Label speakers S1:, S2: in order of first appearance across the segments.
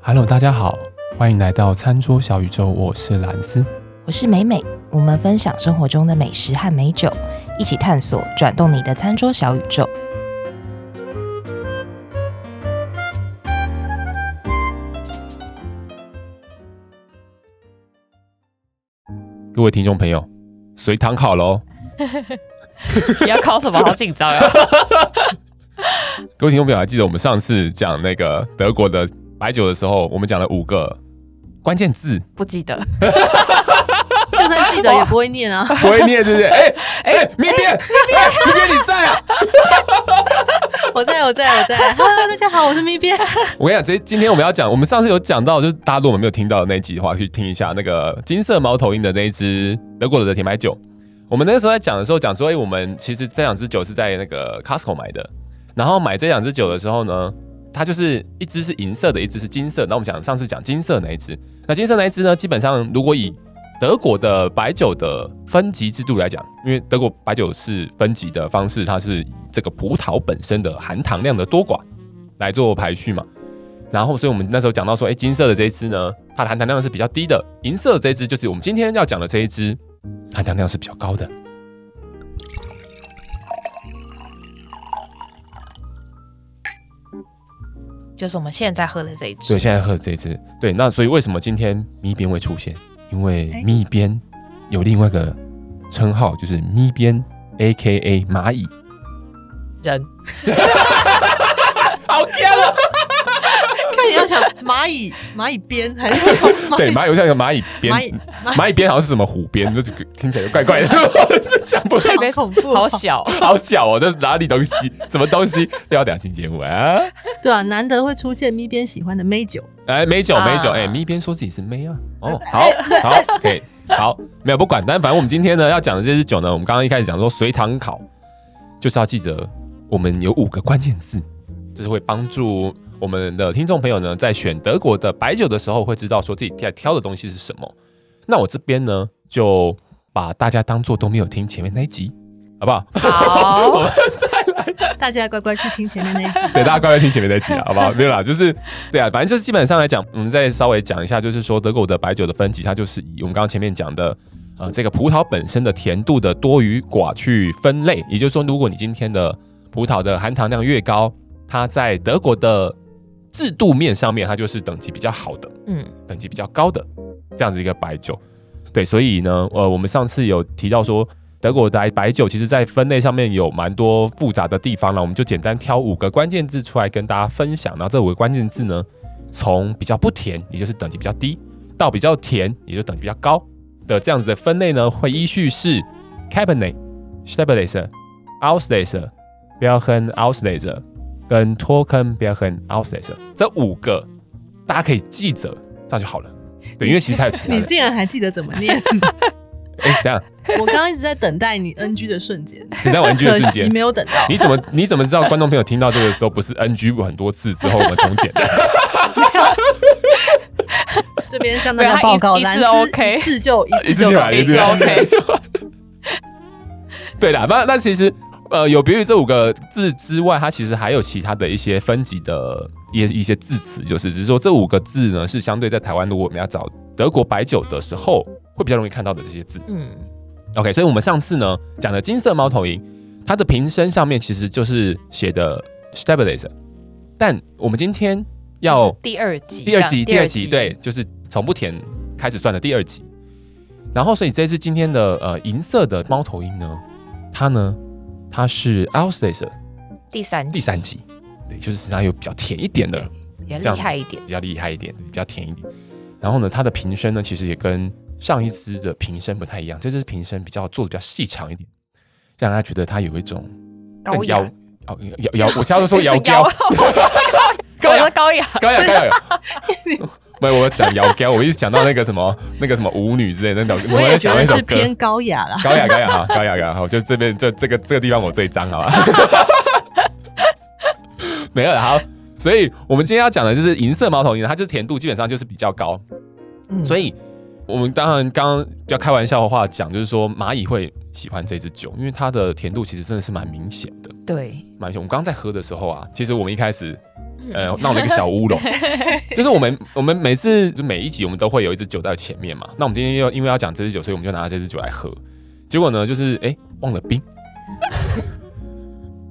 S1: Hello，大家好，欢迎来到餐桌小宇宙，我是蓝斯。
S2: 我是美美，我们分享生活中的美食和美酒，一起探索转动你的餐桌小宇 宙。
S1: 各位听众朋友，随堂考喽！
S2: 你要考什么？好紧张
S3: 啊
S2: 呀！
S1: 各位听众朋友，还记得我们上次讲那个德国的白酒的时候，我们讲了五个关键 字，
S2: 不记 得，
S4: 就算记得也不会念 啊。
S1: 不会念是不是？哎哎，蜜变，蜜变你在啊！
S4: 我在我在我在，Hello，大家好，我是咪 边。
S1: 我跟你讲，这今天我们要讲，我们上次有讲到，就是大家如果我们没有听到的那一集的话，去听一下那个金色猫头鹰的那一支德国的甜白酒。我们那时候在讲的时候，讲说，哎、我们其实这两支酒是在那个 Costco 买的，然后买这两支酒的时候呢，它就是一支是银色的，一支是金色。那我们讲上次讲金色那一支，那金色那一支呢，基本上如果以德国的白酒的分级制度来讲，因为德国白酒是分级的方式，它是以这个葡萄本身的含糖量的多寡来做排序嘛。然后，所以我们那时候讲到说，哎，金色的这一支呢，它的含糖量是比较低的；银色的这一支就是我们今天要讲的这一支，含糖量是比较高的。
S2: 就是我们现在喝的这一
S1: 所
S2: 支
S1: 以。现在喝的这一支，对，那所以为什么今天咪边会出现？因为
S4: 哎
S1: 咪边有另外一个称号，就是咪边 A K A 蚂蚁。
S2: 人
S1: 好天了，
S4: 看你要想蚂蚁蚂蚁边还是什么
S1: 对，蚂蚁像一个蚂蚁边，
S4: 蚂蚁
S1: 蚂蚁边好像是什么虎边，就是听起来就怪 怪的，就讲不太
S4: 好恐怖哦，
S2: 好小，
S1: 好小哦，这是哪里东西？什么东西？ 要两性节目啊？
S4: 对啊，难得会出现咪边喜欢的妹酒，
S1: 哎，美酒
S2: 啊
S1: 美酒，哎、咪边说自己是妹啊， 哦，好好，对，好，没有不管，但反正我们今天呢要讲的这支酒呢，我们刚刚一开始讲说随堂考，就是要记得我们有五个关键字，这是会帮助我们的听众朋友呢在选德国的白酒的时候会知道说自己在挑的东西是什么。那我这边呢就把大家当做都没有听前面那一集，好不好？
S2: 好
S1: 我们再来
S4: 大家乖乖去听前面那一集。
S1: 对，大家乖乖听前面那集啊，好不好？没有啦，就是对啊，反正就是基本上来讲，我们再稍微讲一下，就是说德国的白酒的分级，它就是以我们刚刚前面讲的，呃，这个葡萄本身的甜度的多与寡去分类。也就是说，如果你今天的葡萄的含糖量越高，它在德国的制度面上面，它就是等级比较好的。
S2: 嗯，
S1: 等级比较高的这样子一个白酒。对，所以呢，呃，我们上次有提到说，德国的白酒其实在分类上面有蛮多复杂的地方了，我们就简单挑五个关键字出来跟大家分享。然后这五个关键字呢，从比较不甜，也就是等级比较低，到比较甜，也就等级比较高的这样子的分类呢，会依序是 Cabernet、s t a b i l i s e r a u s l i s e r b e l h e n a u s l i s e r 跟 t o k e n b e l h e n a u s l i s e r 这五个，大家可以记着，这样就好了。 对，因为其实还有其他
S4: 你
S1: 的。
S4: 竟然还记得怎么 念？
S1: 哎、这样
S4: 我刚刚一直在等待你 NG 的瞬间，
S1: 简单玩具的
S4: 可
S1: 世
S4: 惜
S1: 界。
S4: 没有等到。
S1: 你怎么你怎么知道观众朋友听到这个的时候不是 NG 很多次之后我们重剪的？
S4: 这边向大家报告，
S2: 对他一
S4: 蓝
S2: 一次
S4: 斯
S2: OK
S4: 一次就一次
S1: 一次就
S4: 就搞
S1: 来
S4: 定
S1: 一次
S2: 是
S1: 就来
S2: OK，
S1: 对啦，那那其实呃，有别于这五个字之外，它其实还有其他的一些分级的一一些字词，就是只是说这五个字呢是相对在台湾，如果我们要找德国白酒的时候，会比较容易看到的这些字。
S2: 嗯，
S1: OK，所以我们上次呢讲的金色猫头鹰，它的瓶身上面其实就是写的 stabilizer，但我们今天要
S2: 就是第二集，
S1: 第二集，第二集，对，就是从不甜开始算的第二集。然后，所以这次今天的呃银色的猫头鹰呢，它呢，它是 a l s t a c e r
S2: 第三
S1: 第
S2: 集，
S1: 三集，对，就是它有比较甜一点的，
S2: 也
S1: 这
S2: 厉
S1: 样子
S2: 害一点，
S1: 比较厉害一点，比较甜一点。然后呢，它的瓶身呢，其实也跟上一支的瓶身不太一样，这支瓶身比较做的比较细长一点，让人家觉得它有一种
S2: 高
S1: 更
S2: 雅
S1: 妖，哦妖妖，我常常 说妖
S2: 高
S1: 妖，
S2: 我说高雅，
S1: 高雅高雅，没有我 讲摇高，我一直想到那个什么那个什么舞女之类的那种，
S4: 我
S1: 在
S4: 也觉
S1: 想到
S4: 得
S1: 那首
S4: 是
S1: 歌。
S4: 偏高雅啦。
S1: 高雅高雅哈，高雅高雅好，就这边这这个这个地方我最脏，好吧？ 没有啦好，所以我们今天要讲的就是银色猫头鹰，它就是甜度基本上就是比较高，
S2: 嗯
S1: 所以我们当然刚刚要开玩笑的话讲，就是说蚂蚁会喜欢这支酒，因为它的甜度其实真的是蛮明显的。
S2: 对，
S1: 蛮凶。我们刚刚在喝的时候啊，其实我们一开始呃，闹了一个小乌龙。就是我们我们每次就每一集我们都会有一支酒在前面嘛，那我们今天又因为要讲这支酒，所以我们就拿这支酒来喝。结果呢，就是哎、忘了冰，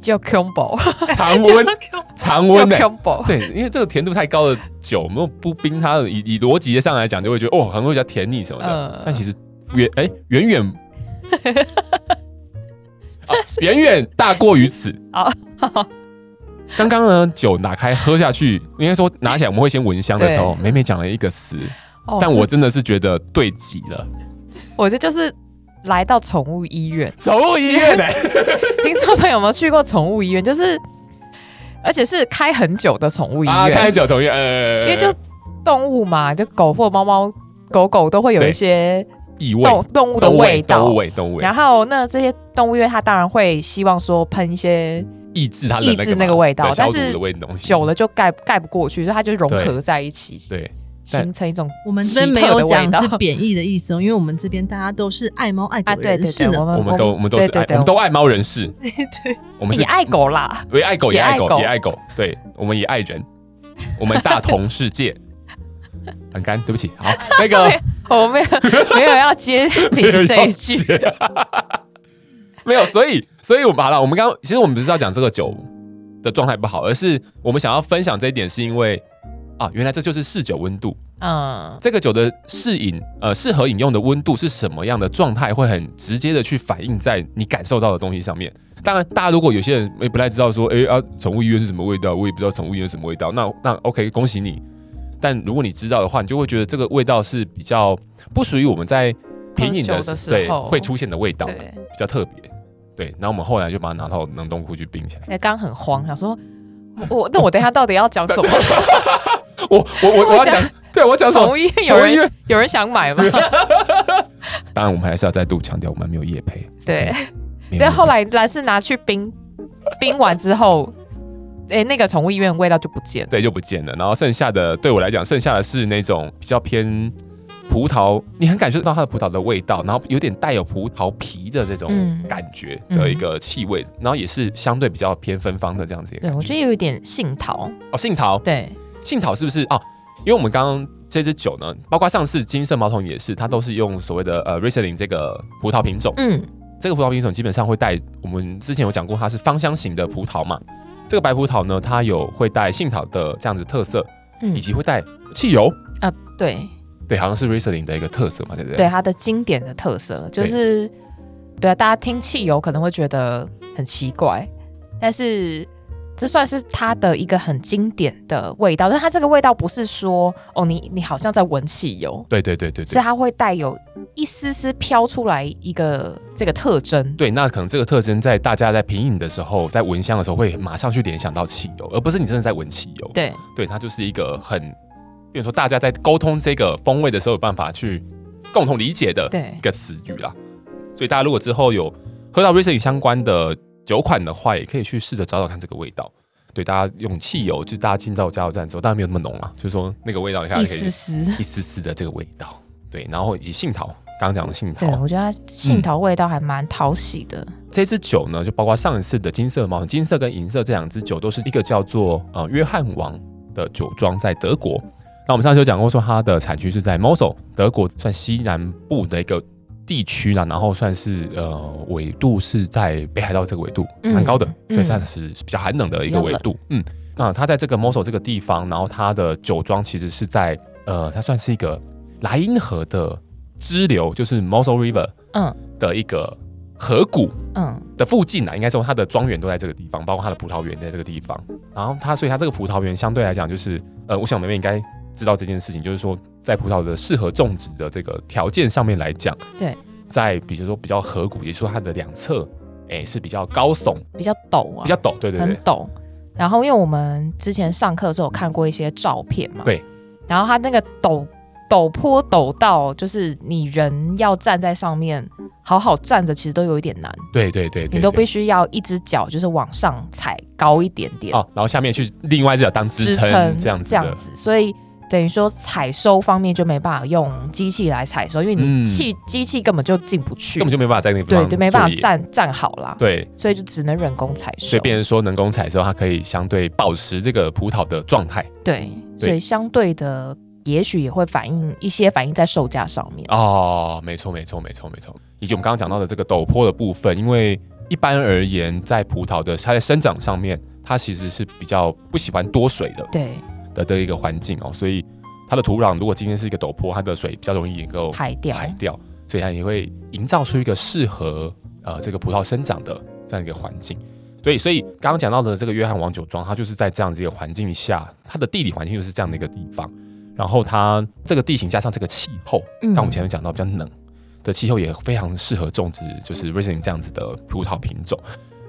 S3: 叫 combo，
S1: 常温常
S3: 叫
S1: 温的、欸
S3: combo，
S1: 对，因为这个甜度太高的酒，我们不冰它，以以逻辑上来讲，就会觉得哦，可能会比较甜腻什么的。
S3: 嗯
S1: 但其实远哎远 远，啊远远、大过于此。
S3: 好
S1: 刚刚呢，酒拿开喝下去，应该说拿起来我们会先闻香的时候，每每讲了一个词，
S3: 哦
S1: 但
S3: 这
S1: 我真的是觉得对极了，
S3: 我这就是来到宠物医院。
S1: 宠物医院呢、
S3: 听众朋友有没有去过宠物医院？就是，而且是开很久的宠物医院，
S1: 啊，开酒宠物医院，呃，
S3: 因为就动物嘛，就狗或猫猫、狗狗都会有
S1: 对
S3: 一些
S1: 异味，
S3: 动动物的
S1: 动
S3: 味道。
S1: 动物味，动物味，
S3: 然后那这些动物医院，它当然会希望说喷一些
S1: 抑制它的那个
S3: 抑制
S1: 嘛
S3: 那个味道
S1: 对消
S3: 但
S1: 毒
S3: 是
S1: 的味东西，
S3: 久了就盖盖不过去，所以它就融
S1: 对
S3: 合在一起，
S1: 对。但
S3: 形成一种
S4: 我们这边没有讲是贬义的意思哦，因为我们这边大家都是爱猫爱狗
S3: 啊，
S4: 的
S3: 对
S4: 人
S3: 对
S4: 士
S3: 对，
S4: 呢。
S3: 们哎
S1: 我们都我们都是
S3: 对对
S1: 爱，
S3: 对
S1: 我们都爱猫人 士，
S4: 对对，
S1: 我们是
S3: 也爱，狗啦，
S1: 也爱狗，
S3: 也
S1: 也爱
S3: 爱
S1: 狗，
S3: 狗
S1: 也爱狗，对，我们也爱人，我们大同世 界。很干，对不起。好，那个
S3: 我没有没有要接 你这一句，
S1: 没有，所以所以我们好了，我们刚刚其实我们不是要讲这个酒的状态不好，而是我们想要分享这一点，是因为啊，原来这就是试酒温度，
S3: 嗯，
S1: 这个酒的适饮呃适合饮用的温度是什么样的状态，会很直接的去反映在你感受到的东西上面。当然，大家如果有些人也不太知道说，诶啊，宠物医院是什么味道，我也不知道宠物医院是什么味道，那那 OK，恭喜你。但如果你知道的话，你就会觉得这个味道是比较不属于我们在品饮
S3: 喝
S1: 的
S3: 酒的时
S1: 对
S3: 候
S1: 会出现的味道，
S3: 对。
S1: 比较特别。对，然后我们后来就把它拿到冷冻库去冰起来。
S3: 那哎刚很慌，想说我我那我等一下到底要讲什么？
S1: 我我我我要
S3: 我讲
S1: 讲，对我 讲什
S3: 宠
S1: 么
S3: 物？医院有
S1: 宠物医
S3: 人
S1: 院。
S3: 有人想买 吗？
S1: 当然，我们还是要再度强调，我们没有业配。
S3: 对，
S1: 没有业配，
S3: 但后来蓝是拿去冰，冰完之后，哎、那个宠物医院味道就不见了。
S1: 对就不见了。然后剩下的对我来讲，剩下的是那种比较偏葡萄，你很感受到它的葡萄的味道，然后有点带有葡萄皮的这种
S3: 嗯
S1: 感觉的一个气味，然后也是相对比较偏芬芳的这样子一个
S3: 对，
S1: 感
S3: 我觉得有一点杏桃。
S1: 哦，杏桃，
S3: 对，
S1: 杏桃是不是哦？因为我们刚刚这支酒呢，包括上次金色毛桶也是，它都是用所谓的呃 Riesling 这个葡萄品种。
S3: 嗯，
S1: 这个葡萄品种基本上会带，我们之前有讲过，它是芳香型的葡萄嘛。这个白葡萄呢，它有会带杏桃的这样子特色，
S3: 嗯
S1: 以及会带汽油，
S3: 对，
S1: 对，好像是 Riesling 的一个特色嘛，对不对？
S3: 对，它的经典的特色就是，对啊，大家听汽油可能会觉得很奇怪，但是这算是它的一个很经典的味道。但它这个味道不是说哦，你你好像在闻汽油，
S1: 对对对对
S3: 是啊
S1: 对。
S3: 它会带有一丝丝飘出来一个这个特征。
S1: 对，那可能这个特征在大家在品饮的时候，在闻香的时候会马上去联想到汽油，而不是你真的在闻汽油。
S3: 对
S1: 对，它就是一个很，比如说大家在沟通这个风味的时候，有办法去共同理解的
S3: 对
S1: 一个词语啦。所以大家如果之后有喝到 Riesling 相关的酒款的话，也可以去试着找找看这个味道。对，大家用汽油，就是大家进到加油站之后，当然没有那么浓啊，就是说那个味道，你看
S3: 一
S1: 可以
S3: 丝丝。
S1: 一丝丝的这个味道。对，然后以及杏桃，刚刚讲的杏
S3: 对，
S1: 桃，嗯
S3: 我觉得它杏桃味道还蛮讨喜的。
S1: 这支酒呢，就包括上一次的金色猫，金色跟银色这两支酒都是一个叫做呃约翰王的酒庄，在德国。那我们上次有讲过，说它的产区是在 Mosel，德国算西南部的一个地区啦，然后算是呃纬度是在北海道这个纬度
S3: 嗯
S1: 蛮高的，
S3: 嗯
S1: 所以算是比较寒冷的一个纬度。嗯，那它在这个 Mosel 这个地方，然后它的酒庄其实是在呃，它算是一个莱茵河的支流，就是 Mosel River
S3: 嗯
S1: 的一个河谷。
S3: 嗯，
S1: 的附近啊，应该说它的庄园都在这个地方，包括它的葡萄园在这个地方。然后它，所以它这个葡萄园相对来讲就是，呃，我想妹妹应该知道这件事情，就是说在葡萄的适合种植的这个条件上面来讲，
S3: 对，
S1: 在比如说比较河谷，也就是说它的两侧，哎、是比较高耸、
S3: 比较陡啊，
S1: 比较陡，对对
S3: 很
S1: 对，
S3: 陡。然后因为我们之前上课的时候有看过一些照片嘛，
S1: 对。
S3: 然后它那个陡陡坡陡到，就是你人要站在上面好好站着，其实都有一点难，
S1: 对对对
S3: 你
S1: 对
S3: 都
S1: 对
S3: 必须要一只脚就是往上踩高一点点。
S1: 哦哦，然后下面去另外一只脚当支撑，这样子
S3: 这样
S1: 的，
S3: 子，所以等于说采收方面就没办法用机器来采收，因为
S1: 嗯
S3: 你气机、器根本就进不去，
S1: 根本就没办法在那个地
S3: 对
S1: 方
S3: 对，没
S1: 作
S3: 办法
S1: 业
S3: 站站好啦，
S1: 对，
S3: 所以就只能人工采收。
S1: 所以变成说能工采收，它可以相对保持这个葡萄的状态
S3: 对，
S1: 对
S3: 所以相对的，也许也会反映一些反映在售价上面。
S1: 哦，没错没错没错没错，以及我们刚刚讲到的这个陡坡的部分，因为一般而言，在葡萄的它在生长上面，它其实是比较不喜欢多水的
S3: 对，
S1: 的的一个环境哦，所以它的土壤如果今天是一个陡坡，它的水比较容易能够
S3: 排掉。
S1: 排掉，所以它也会营造出一个适合呃这个葡萄生长的这样一个环境。对，所以刚刚讲到的这个约翰王酒庄，它就是在这样子一个环境下，它的地理环境就是这样的一个地方，然后它这个地形加上这个气候，
S3: 嗯
S1: 刚我们前面讲到比较冷的气候也非常适合种植就是 Riesling 这样子的葡萄品种。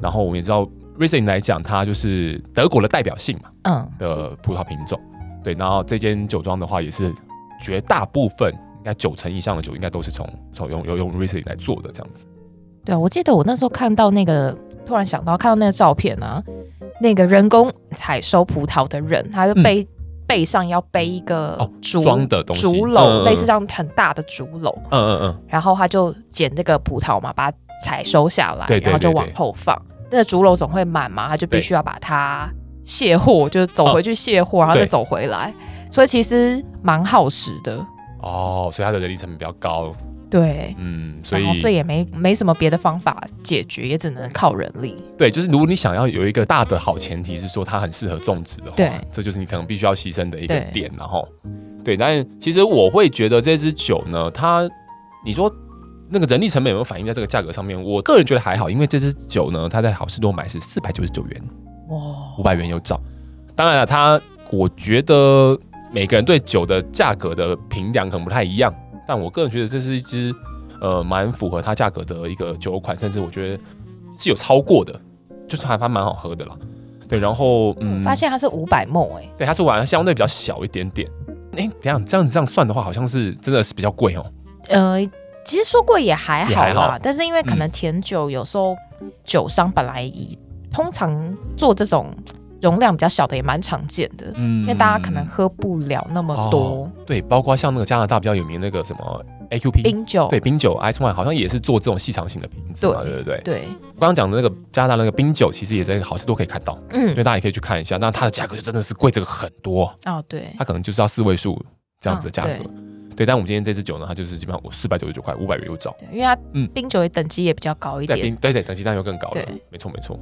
S1: 然后我们也知道 Riesling 来讲，它就是德国的代表性嘛。
S3: 嗯，
S1: 的葡萄品种。对，然后这间酒庄的话，也是绝大部分应该九成以上的酒，应该都是从从用用用 Riesling 来做的这样子。
S3: 对啊，我记得我那时候看到那个，突然想到看到那个照片啊，那个人工采收葡萄的人，他就背、背上要背一个
S1: 嗯哦
S3: 竹、
S1: 装的东西
S3: 竹
S1: 嗯嗯
S3: 篓，
S1: 嗯
S3: 类似这样很大的竹篓，
S1: 嗯嗯嗯，
S3: 然后他就捡这个葡萄嘛，把它采收下来，
S1: 对对
S3: 然后就
S1: 对
S3: 往
S1: 对
S3: 后放。那个竹篓总会满嘛，他就必
S1: 对
S3: 须要把它卸货，就是走回去卸货，然后再
S1: 对
S3: 走回来，所以其实蛮耗时的。
S1: 哦，所以它的人力成本比较高，
S3: 对，
S1: 嗯，所
S3: 然
S1: 以
S3: 后这也没没什么别的方法解决，也只能靠人力。
S1: 对，就是如果你想要有一个大的好前提是说它很适合种植的话，
S3: 对
S1: 这就是你可能必须要牺牲的一个
S3: 对
S1: 点，然后对，但其实我会觉得这支酒呢，它你说那个人力成本有没有反映在这个价格上面？我个人觉得还好，因为这支酒呢，它在好事多买是四百九十九元，
S3: 哇，
S1: 五百元有找。当然了，它我觉得每个人对酒的价格的评量可能不太一样，但我个人觉得这是一支呃蛮符合它价格的一个酒款，甚至我觉得是有超过的，就是还蛮蛮好喝的啦。对，然后嗯，
S3: 我发现它是五百梦哎，
S1: 对它是玩相对比较小一点点。哎，等一下这样子这样算的话，好像是真的是比较贵哦。
S3: 呃，其实说贵也还好
S1: 也还
S3: 啦
S1: 好，嗯
S3: 但是因为可能甜酒有时候酒商本来以通常做这种容量比较小的也蛮常见的，
S1: 嗯，
S3: 因为大家可能喝不了那么多
S1: 哦对，包括像那个加拿大比较有名那个什么 AQP
S3: 冰酒，
S1: 对冰酒 Ice Wine 好像也是做这种细长型的瓶子嘛，
S3: 对
S1: 对不对？
S3: 对，
S1: 我刚刚讲的那个加拿大那个冰酒，其实也在好事多可以看到，
S3: 嗯
S1: 所以，大家也可以去看一下。那它的价格就真的是贵这个很多，
S3: 哦对，
S1: 它可能就是要四位数这样子的价格。
S3: 嗯
S1: 对，但我们今天这支酒呢，它就是基本上我四百九十九块，五百元又找，
S3: 对，因为它
S1: 嗯
S3: 冰酒的等级也比较高一
S1: 对
S3: 点，
S1: 冰对对，等级当然又更高了
S3: 对。
S1: 没错没错。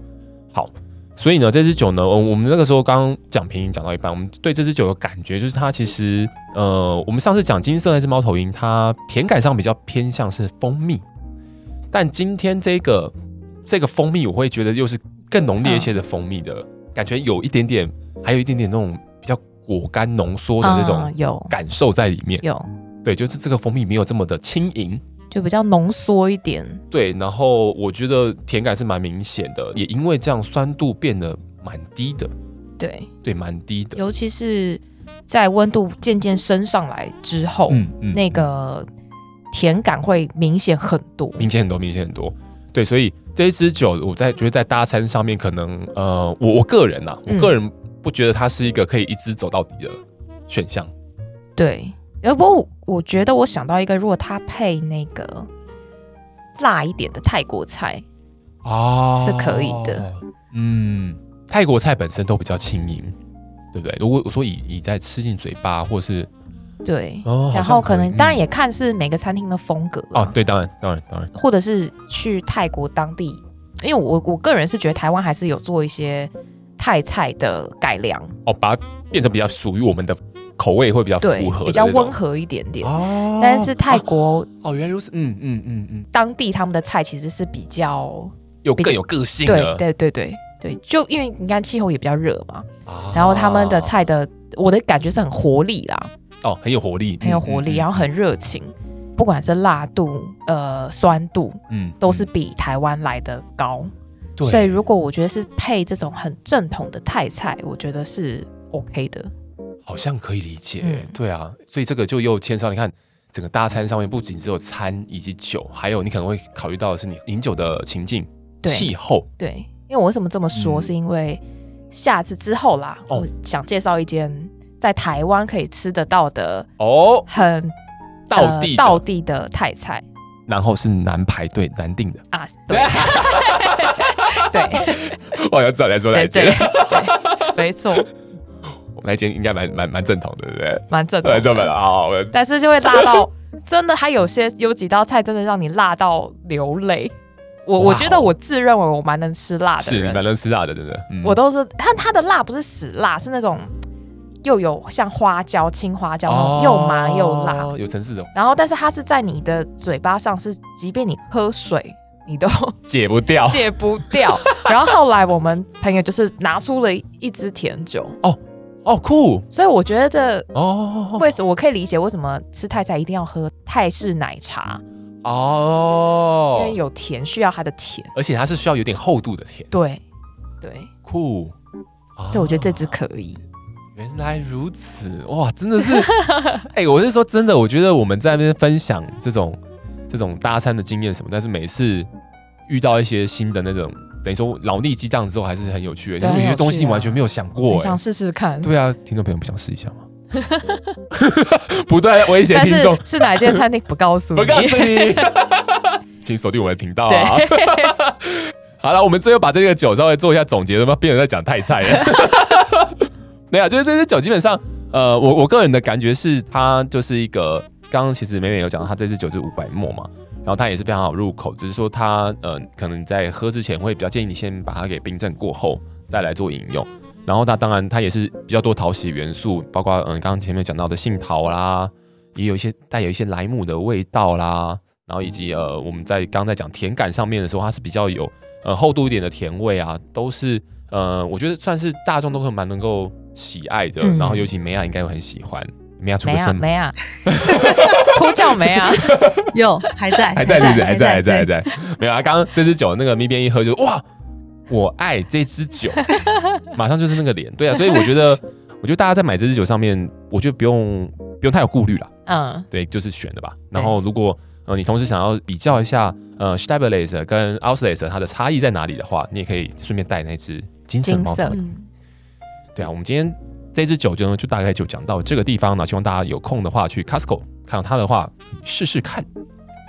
S1: 好，所以呢，这支酒呢，我我们那个时候刚刚讲品饮讲到一半，我们对这支酒的感觉就是它其实呃，我们上次讲金色那只猫头鹰，它甜感上比较偏向是蜂蜜，但今天这个这个蜂蜜，我会觉得又是更浓烈一些的蜂蜜的、感觉，有一点点，还有一点点那种比较果干浓缩的那种
S3: 嗯有
S1: 感受在里面。
S3: 有
S1: 对，就是这个蜂蜜没有这么的轻盈。
S3: 就比较浓缩一点，
S1: 对，然后我觉得甜感是蛮明显的，也因为这样酸度变得蛮低的，
S3: 对，
S1: 对，蛮低的。
S3: 尤其是在温度渐渐升上来之后，
S1: 嗯
S3: 那个甜感会明显很多。
S1: 明显很多，明显很多。对，所以这一支酒，我在觉得在搭餐上面，可能呃，我我个人呐、
S3: 嗯
S1: 我个人不觉得它是一个可以一支走到底的选项。
S3: 对，要不过我觉得我想到一个，如果它配那个辣一点的泰国菜，
S1: 哦
S3: 是可以的。
S1: 嗯，泰国菜本身都比较轻盈，对不对？如果我说以以在吃进嘴巴，或是
S3: 对，
S1: 哦，好
S3: 然
S1: 像
S3: 后可能当然
S1: 嗯
S3: 也看是每个餐厅的风格啦
S1: 哦，，对，当然当然当然，
S3: 或者是去泰国当地，因为我我个人是觉得台湾还是有做一些泰菜的改良，
S1: 哦，把它变成比较属于我们的口味会比较
S3: 对
S1: 符合，的，
S3: 比较温。和一点点。
S1: 哦，
S3: 但是泰国
S1: 哦，原来如此，嗯嗯嗯嗯，
S3: 当地他们的菜其实是比较
S1: 又
S3: 比较
S1: 更有个性
S3: 对
S1: 了。
S3: 对对对对，就因为你看气候也比较热嘛，
S1: 啊
S3: 然后他们的菜的，我的感觉是很活力啦，
S1: 哦很有活力，
S3: 很有活力，
S1: 嗯
S3: 然后很热情，不管是辣度、呃酸度，
S1: 嗯
S3: 都是比台湾来的高。
S1: 对，
S3: 所以如果我觉得是配这种很正统的泰菜，我觉得是 OK 的。
S1: 好像可以理解、
S3: 嗯
S1: 对啊，所以这个就又牵涉到你看整个大餐上面不仅只有餐以及酒，还有你可能会考虑到的是你饮酒的情境、
S3: 对
S1: 气候
S3: 对，因为我为什么这么说，
S1: 嗯
S3: 是因为下次之后啦，
S1: 哦
S3: 我想介绍一间在台湾可以吃得到的
S1: 哦，
S3: 很
S1: 道地
S3: 呃
S1: 的
S3: 道地的泰菜
S1: 然后是难排队难定的，
S3: 啊，对 对
S1: 我好像知道你在说哪一
S3: 对
S1: 间
S3: 对，对没错，
S1: 那一间应该蛮蛮蛮正统的，对不 对？
S3: 蛮正
S1: 蛮正
S3: 宗
S1: 统
S3: 的，
S1: 的啊，我
S3: 但是就会辣到 真的，它有些有几道菜真的让你辣到流泪。我
S1: 哇哦
S3: 我觉得我自认为我蛮能吃辣的
S1: 是你蛮
S3: 人，
S1: 能吃辣的，真的。嗯
S3: 我都是，但它的辣不是死辣，是那种又有像花椒、青花椒那
S1: 哦
S3: 种又麻又辣，
S1: 哦有层次的，
S3: 然后，但是它是在你的嘴巴上，是即便你喝水，你都
S1: 解不掉
S3: 戒不掉。 然后后来我们朋友就是拿出了一支甜酒，
S1: 哦，酷
S3: 所以我觉得
S1: 哦
S3: 为什么我可以理解为什么吃泰菜一定要喝泰式奶茶，因为
S1: 哦，
S3: 有甜需要它的甜。
S1: 而且它是需要有点厚度的甜，
S3: 对，对，
S1: 酷。
S3: 所以我觉得这支
S1: 哦
S3: 可以。
S1: 原来如此，哇，真 的是，哎、我是说真的，我觉得我们在那边分享这种这种搭餐的经验什么，但是每次遇到一些新的那种，等于说脑力激荡之后，还是很有趣的，
S3: 对
S1: 因为有
S3: 很
S1: 些
S3: 有
S1: 东西
S3: 趣
S1: 你
S3: 啊
S1: 完全没有想过、
S3: 我
S1: 哎
S3: 想试试看。
S1: 对啊，听众朋友不想试一下吗？ 不断威胁
S3: 但
S1: 听
S3: 是
S1: 众，
S3: 是哪一间餐厅不告诉 你？
S1: 不告诉你，请锁定我们的频道啊！ 好了，我们最后把这个酒稍微做一下总结，怎么变成在讲泰菜了？ 没有，啊就是这支酒基本上，呃，我我个人的感觉是，它就是一个刚刚其实美美有讲到，它这支酒是五百沫嘛，然后它也是非常好入口，只是说它呃，可能在喝之前会比较建议你先把它给冰镇过后再来做饮用。然后它当然它也是比较多讨喜元素，包括嗯刚刚前面讲到的杏桃啦，也有一些带有一些莱姆的味道啦，然后以及呃我们在刚刚在讲甜感上面的时候，它是比较有呃厚度一点的甜味啊，都是呃我觉得算是大众都会蛮能够喜爱的，
S3: 嗯
S1: 然后尤其梅亚应该会很喜欢，梅亚出
S3: 没啊
S1: 生吗
S3: 没啊， 呼叫没啊，
S4: 有还 在，
S1: 还在是不是？还在还在还
S4: 对
S1: 在，没有啊！刚刚这支酒那个咪边一喝就哇，我爱这支 酒，马上就是那个脸。对啊，所以我觉得， 我觉得大家在买这支酒上面，我觉得不用不用太有顾虑了。
S3: 嗯，
S1: 对，就是选的吧。
S3: 对
S1: 然后如果呃你同时想要比较一下呃 s t a b i l i z e r 跟 o u t l a z e r 它的差异在哪里的话，你也可以顺便带那支金色
S3: 金
S1: 猫头
S3: 色
S1: 鹰。对啊，我们今天这支酒就呢就大概就讲到这个地方呢，希望大家有空的话去 Costco 看到它的话试试看。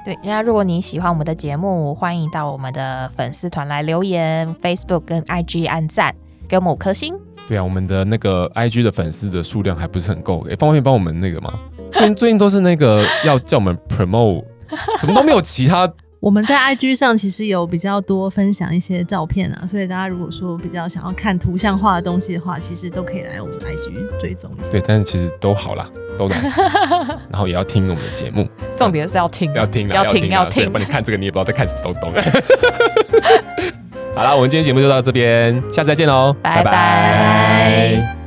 S3: 对，那如果你喜欢我们的节目，欢迎到我们的粉丝团来留言，Facebook 跟 IG 按赞，给我们五颗星。
S1: 对啊，我们的那个 IG 的粉丝的数量还不是很够，诶，方便帮我们那个吗？最近最 近都是那个要叫我们 promote，怎么都没有其他
S4: 我们在 IG 上其实有比较多分享一些照片啊，所以大家如果说比较想要看图像化的东西的话，其实都可以来我们 IG 追踪一下。
S1: 对，但是其实都好啦，都 来，然后也要听我们的节目，
S3: 重点是要听，
S1: 要听啊，
S3: 要听，
S1: 啊
S3: 要
S1: 对
S3: 听
S1: 不。然你看这个你也不知道在看什么东 东。好啦，我们今天节目就到这边，下次再见喽，
S3: 拜拜
S4: 拜拜